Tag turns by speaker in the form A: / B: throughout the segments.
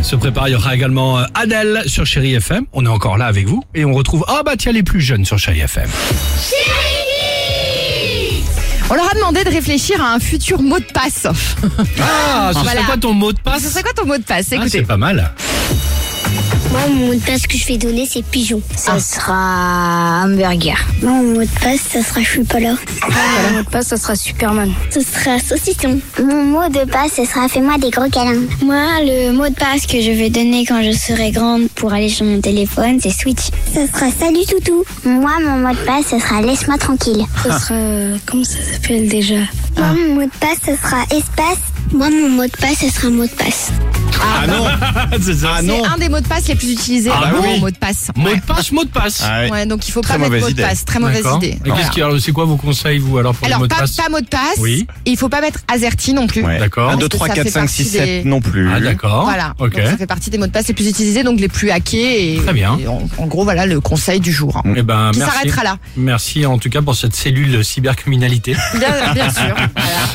A: E se prépare. Il y aura également euh, Adèle sur Chéri FM. On est encore là avec vous et on retrouve ah bah tiens les plus jeunes sur Chéri FM.
B: On leur a demandé de réfléchir à un futur mot de passe.
A: Ah, ce
B: Voilà.
A: serait quoi ton mot de
B: Ce
A: passe
B: serait quoi ton mot de passe
A: Ah, c'est
B: Écoutez.
A: pas mal.
C: Moi, mon mot de passe que je vais donner, c'est pigeon. Ça Ah, sera hamburger. Moi, mon mot de passe, ça sera je suis pas là. mon mot de passe, ça sera Superman. Ce sera saucisson. Mon mot de passe, ce sera fais-moi des gros câlins. Moi, le mot de passe que je vais donner quand je serai grande pour aller sur mon téléphone, c'est Switch. Ce sera salut toutou. Moi, mon mot de passe, ce sera laisse-moi tranquille. Ce sera. euh, Comment ça s'appelle déjà Moi, mon mot de passe, ce sera espace. Moi, mon mot de passe, ce sera mot de passe.
D: Ah non
A: C'est ça.
D: Ah
B: C'est
D: non
B: un des mots de passe les plus utilisés
A: Ah bah
B: en
A: oui.
B: mot de passe.
A: Mot de passe, mot de passe.
D: Ah ouais.
B: Ouais, donc il faut
D: Très
B: pas mettre
D: mauvaise
B: mot de
D: idée.
B: passe. Très mauvaise
A: D'accord.
B: idée.
A: Et qu'est-ce
B: Voilà.
A: qui alors, c'est quoi vos conseils vous alors pour le
B: Alors,
A: mot de
B: pas,
A: passe
B: pas mot de passe.
A: Oui.
B: Et il faut pas mettre AZERTY non plus.
D: Ouais.
A: D'accord.
D: 1,
B: Parce
D: 2,
B: que
D: 3,
B: ça
D: 4,
B: fait
D: 5,
B: partie
D: 6, 7
B: des-
D: non plus.
A: Ah d'accord.
B: Voilà.
A: Ok.
B: Donc, ça fait partie des mots de passe les plus utilisés, donc les plus hackés. Et,
A: Très bien.
B: et en, en gros, voilà le conseil du jour.
A: Eh ben,
B: Qui
A: merci.
B: s'arrêtera là.
A: Merci en tout cas pour cette cellule cybercriminalité.
B: Bien, bien sûr.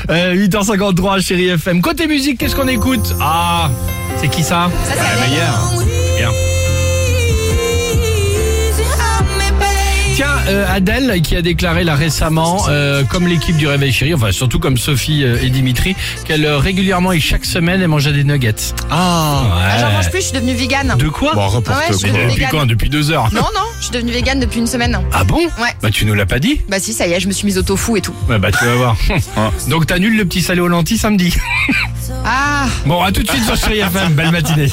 B: Voilà.
A: Euh, 8h53 chérie FM. Côté musique, qu'est-ce qu'on écoute Ah, c'est qui ça
B: Ça, c'est
D: La
B: Adèle.
D: meilleure.
A: Bien. Tiens, euh, Adèle qui a déclaré là récemment, euh, comme l'équipe du Réveil Chéri, enfin surtout comme Sophie euh, et Dimitri, qu'elle euh, régulièrement et chaque semaine elle mangeait des nuggets.
D: Ah
B: Ah, J'en mange plus, je suis devenue végane.
A: De quoi
D: Bon,
B: Ah ouais,
D: reporte
B: je suis
D: quoi
B: végane.
A: Depuis deux heures.
B: Non, non, je suis devenue végane depuis une semaine.
A: Ah bon
B: Ouais.
A: Bah tu nous l'as pas dit
B: Bah si, ça y est, je me suis mise au tofu et tout.
A: Ouais bah tu vas voir. Donc t'annules le petit salé aux lentilles samedi.
B: Ah
A: Bon à tout de suite sur Chéri FM, belle matinée.